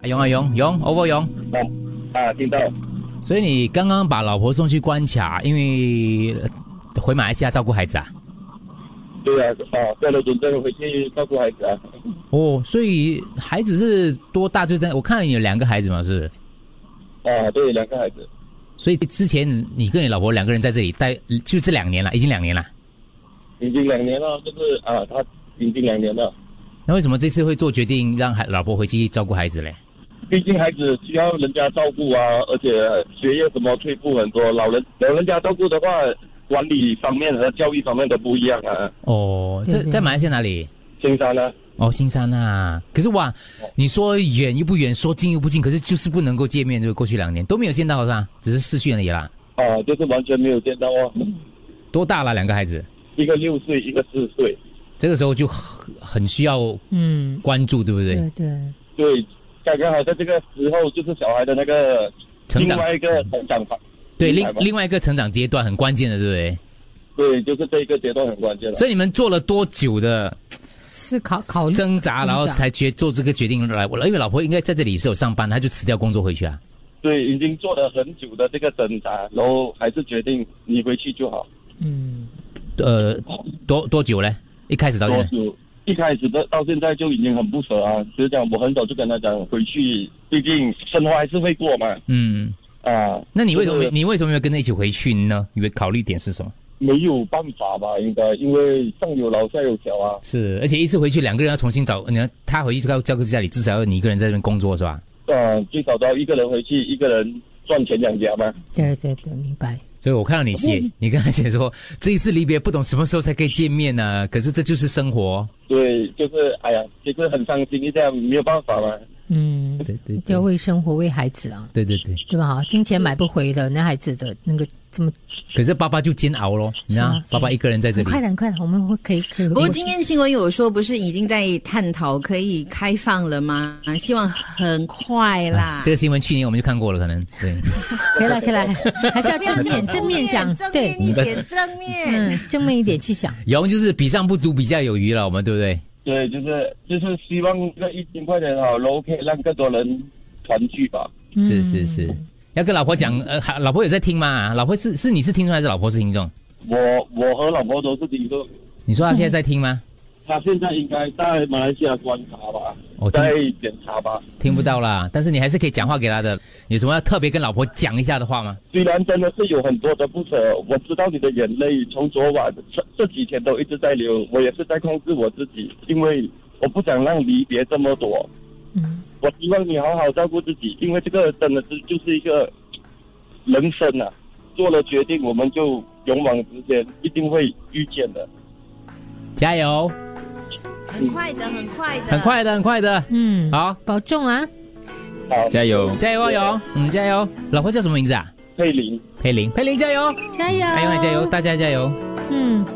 啊勇啊勇勇欧不勇？啊啊，听到所以你刚刚把老婆送去关卡，因为呃回马来西亚照顾孩子啊？对啊，啊，过了准备回去照顾孩子啊。哦，所以孩子是多大？就在我看你有两个孩子嘛，是不是？啊，对，两个孩子。所以之前你跟你老婆两个人在这里待，就这两年了，已经两年了。已经两年了，就是啊，他已经两年了。那为什么这次会做决定让孩老婆回去照顾孩子嘞？毕竟孩子需要人家照顾啊，而且学业什么退步很多，老人老人家照顾的话，管理方面和教育方面都不一样啊。哦，在对对在马来西亚哪里？青山呢、哦，新山啊。可是哇，你说远又不远，说近又不近，可是就是不能够见面，就过去两年都没有见到是吧？只是视讯而已啦。啊，就是完全没有见到哦，多大了？两个孩子，一个六岁，一个四岁。这个时候就很很需要嗯，关注，对不对？对对，对，刚刚好在这个时候，就是小孩的那个成长另外一个成长方。对另明白吗另外一个成长阶段很关键的，对不对？对，就是这一个阶段很关键了。所以你们做了多久的思考考虑挣扎，挣扎然后才决做这个决定来？我因为老婆应该在这里是有上班，她就辞掉工作回去啊。对，已经做了很久的这个挣扎，然后还是决定你回去就好。嗯，呃，多多久嘞？一开始到现多在久？一开始的到现在就已经很不舍啊，只是讲我很早就跟他讲回去，毕竟生活还是会过嘛。嗯，啊，那你为什么没就是你为什么没有跟她一起回去呢？你的考虑点是什么？没有办法吧？应该因为上有老下有小啊。是，而且一次回去两个人要重新找，你看她回去照照顾家里，至少要你一个人在这边工作是吧？啊，最少都要一个人回去，一个人赚钱养家嘛。对对对，明白。所以我看到你写，嗯你刚才写说这一次离别不懂什么时候才可以见面呢、可是这就是生活，对，就是哎呀，其实很伤心一下，没有办法嘛。嗯，对对对要为生活为孩子啊，对对对。对吧？哈，金钱买不回的，那孩子的那个这么可是爸爸就煎熬咯，你知是道啊，是啊爸爸一个人在这很里。快的，很快的，我们会可以可以。不过今天新闻有说，不是已经在探讨可以开放了吗？希望很快啦。这个新闻去年我们就看过了，可能对。可以了，可以了， 还是要正面正面想，正对面，一点，正面。嗯，正面一点去想。然后就是比上不足，比下有余了，我们对不对？对，就是就是希望这个疫情快点好，然后可以让更多人团聚吧。嗯是是是，要跟老婆讲，呃，还老婆有在听吗？老婆是是你是听众还是老婆是听众？我我和老婆都是听众，你说她现在在听吗？她现在应该在马来西亚关卡吧，嗯我哦听在检查吧。听不到啦，但是你还是可以讲话给她的。有什么要特别跟老婆讲一下的话吗？虽然真的是有很多的不舍，我知道你的眼泪从昨晚这这几天都一直在流，我也是在控制我自己，因为我不想让离别这么多。嗯，我希望你好好照顾自己，因为这个真的是就是一个人生啊，做了决定我们就勇往直前，一定会遇见的。加油，很快的，很快的，啊很。快的，很快的。嗯，好，保重啊。好，加油！加油啊，勇，嗯，加油。老婆叫什么名字啊？佩林。哎佩玲，佩玲加油，加油！哎呦，加油，！大家加油。嗯，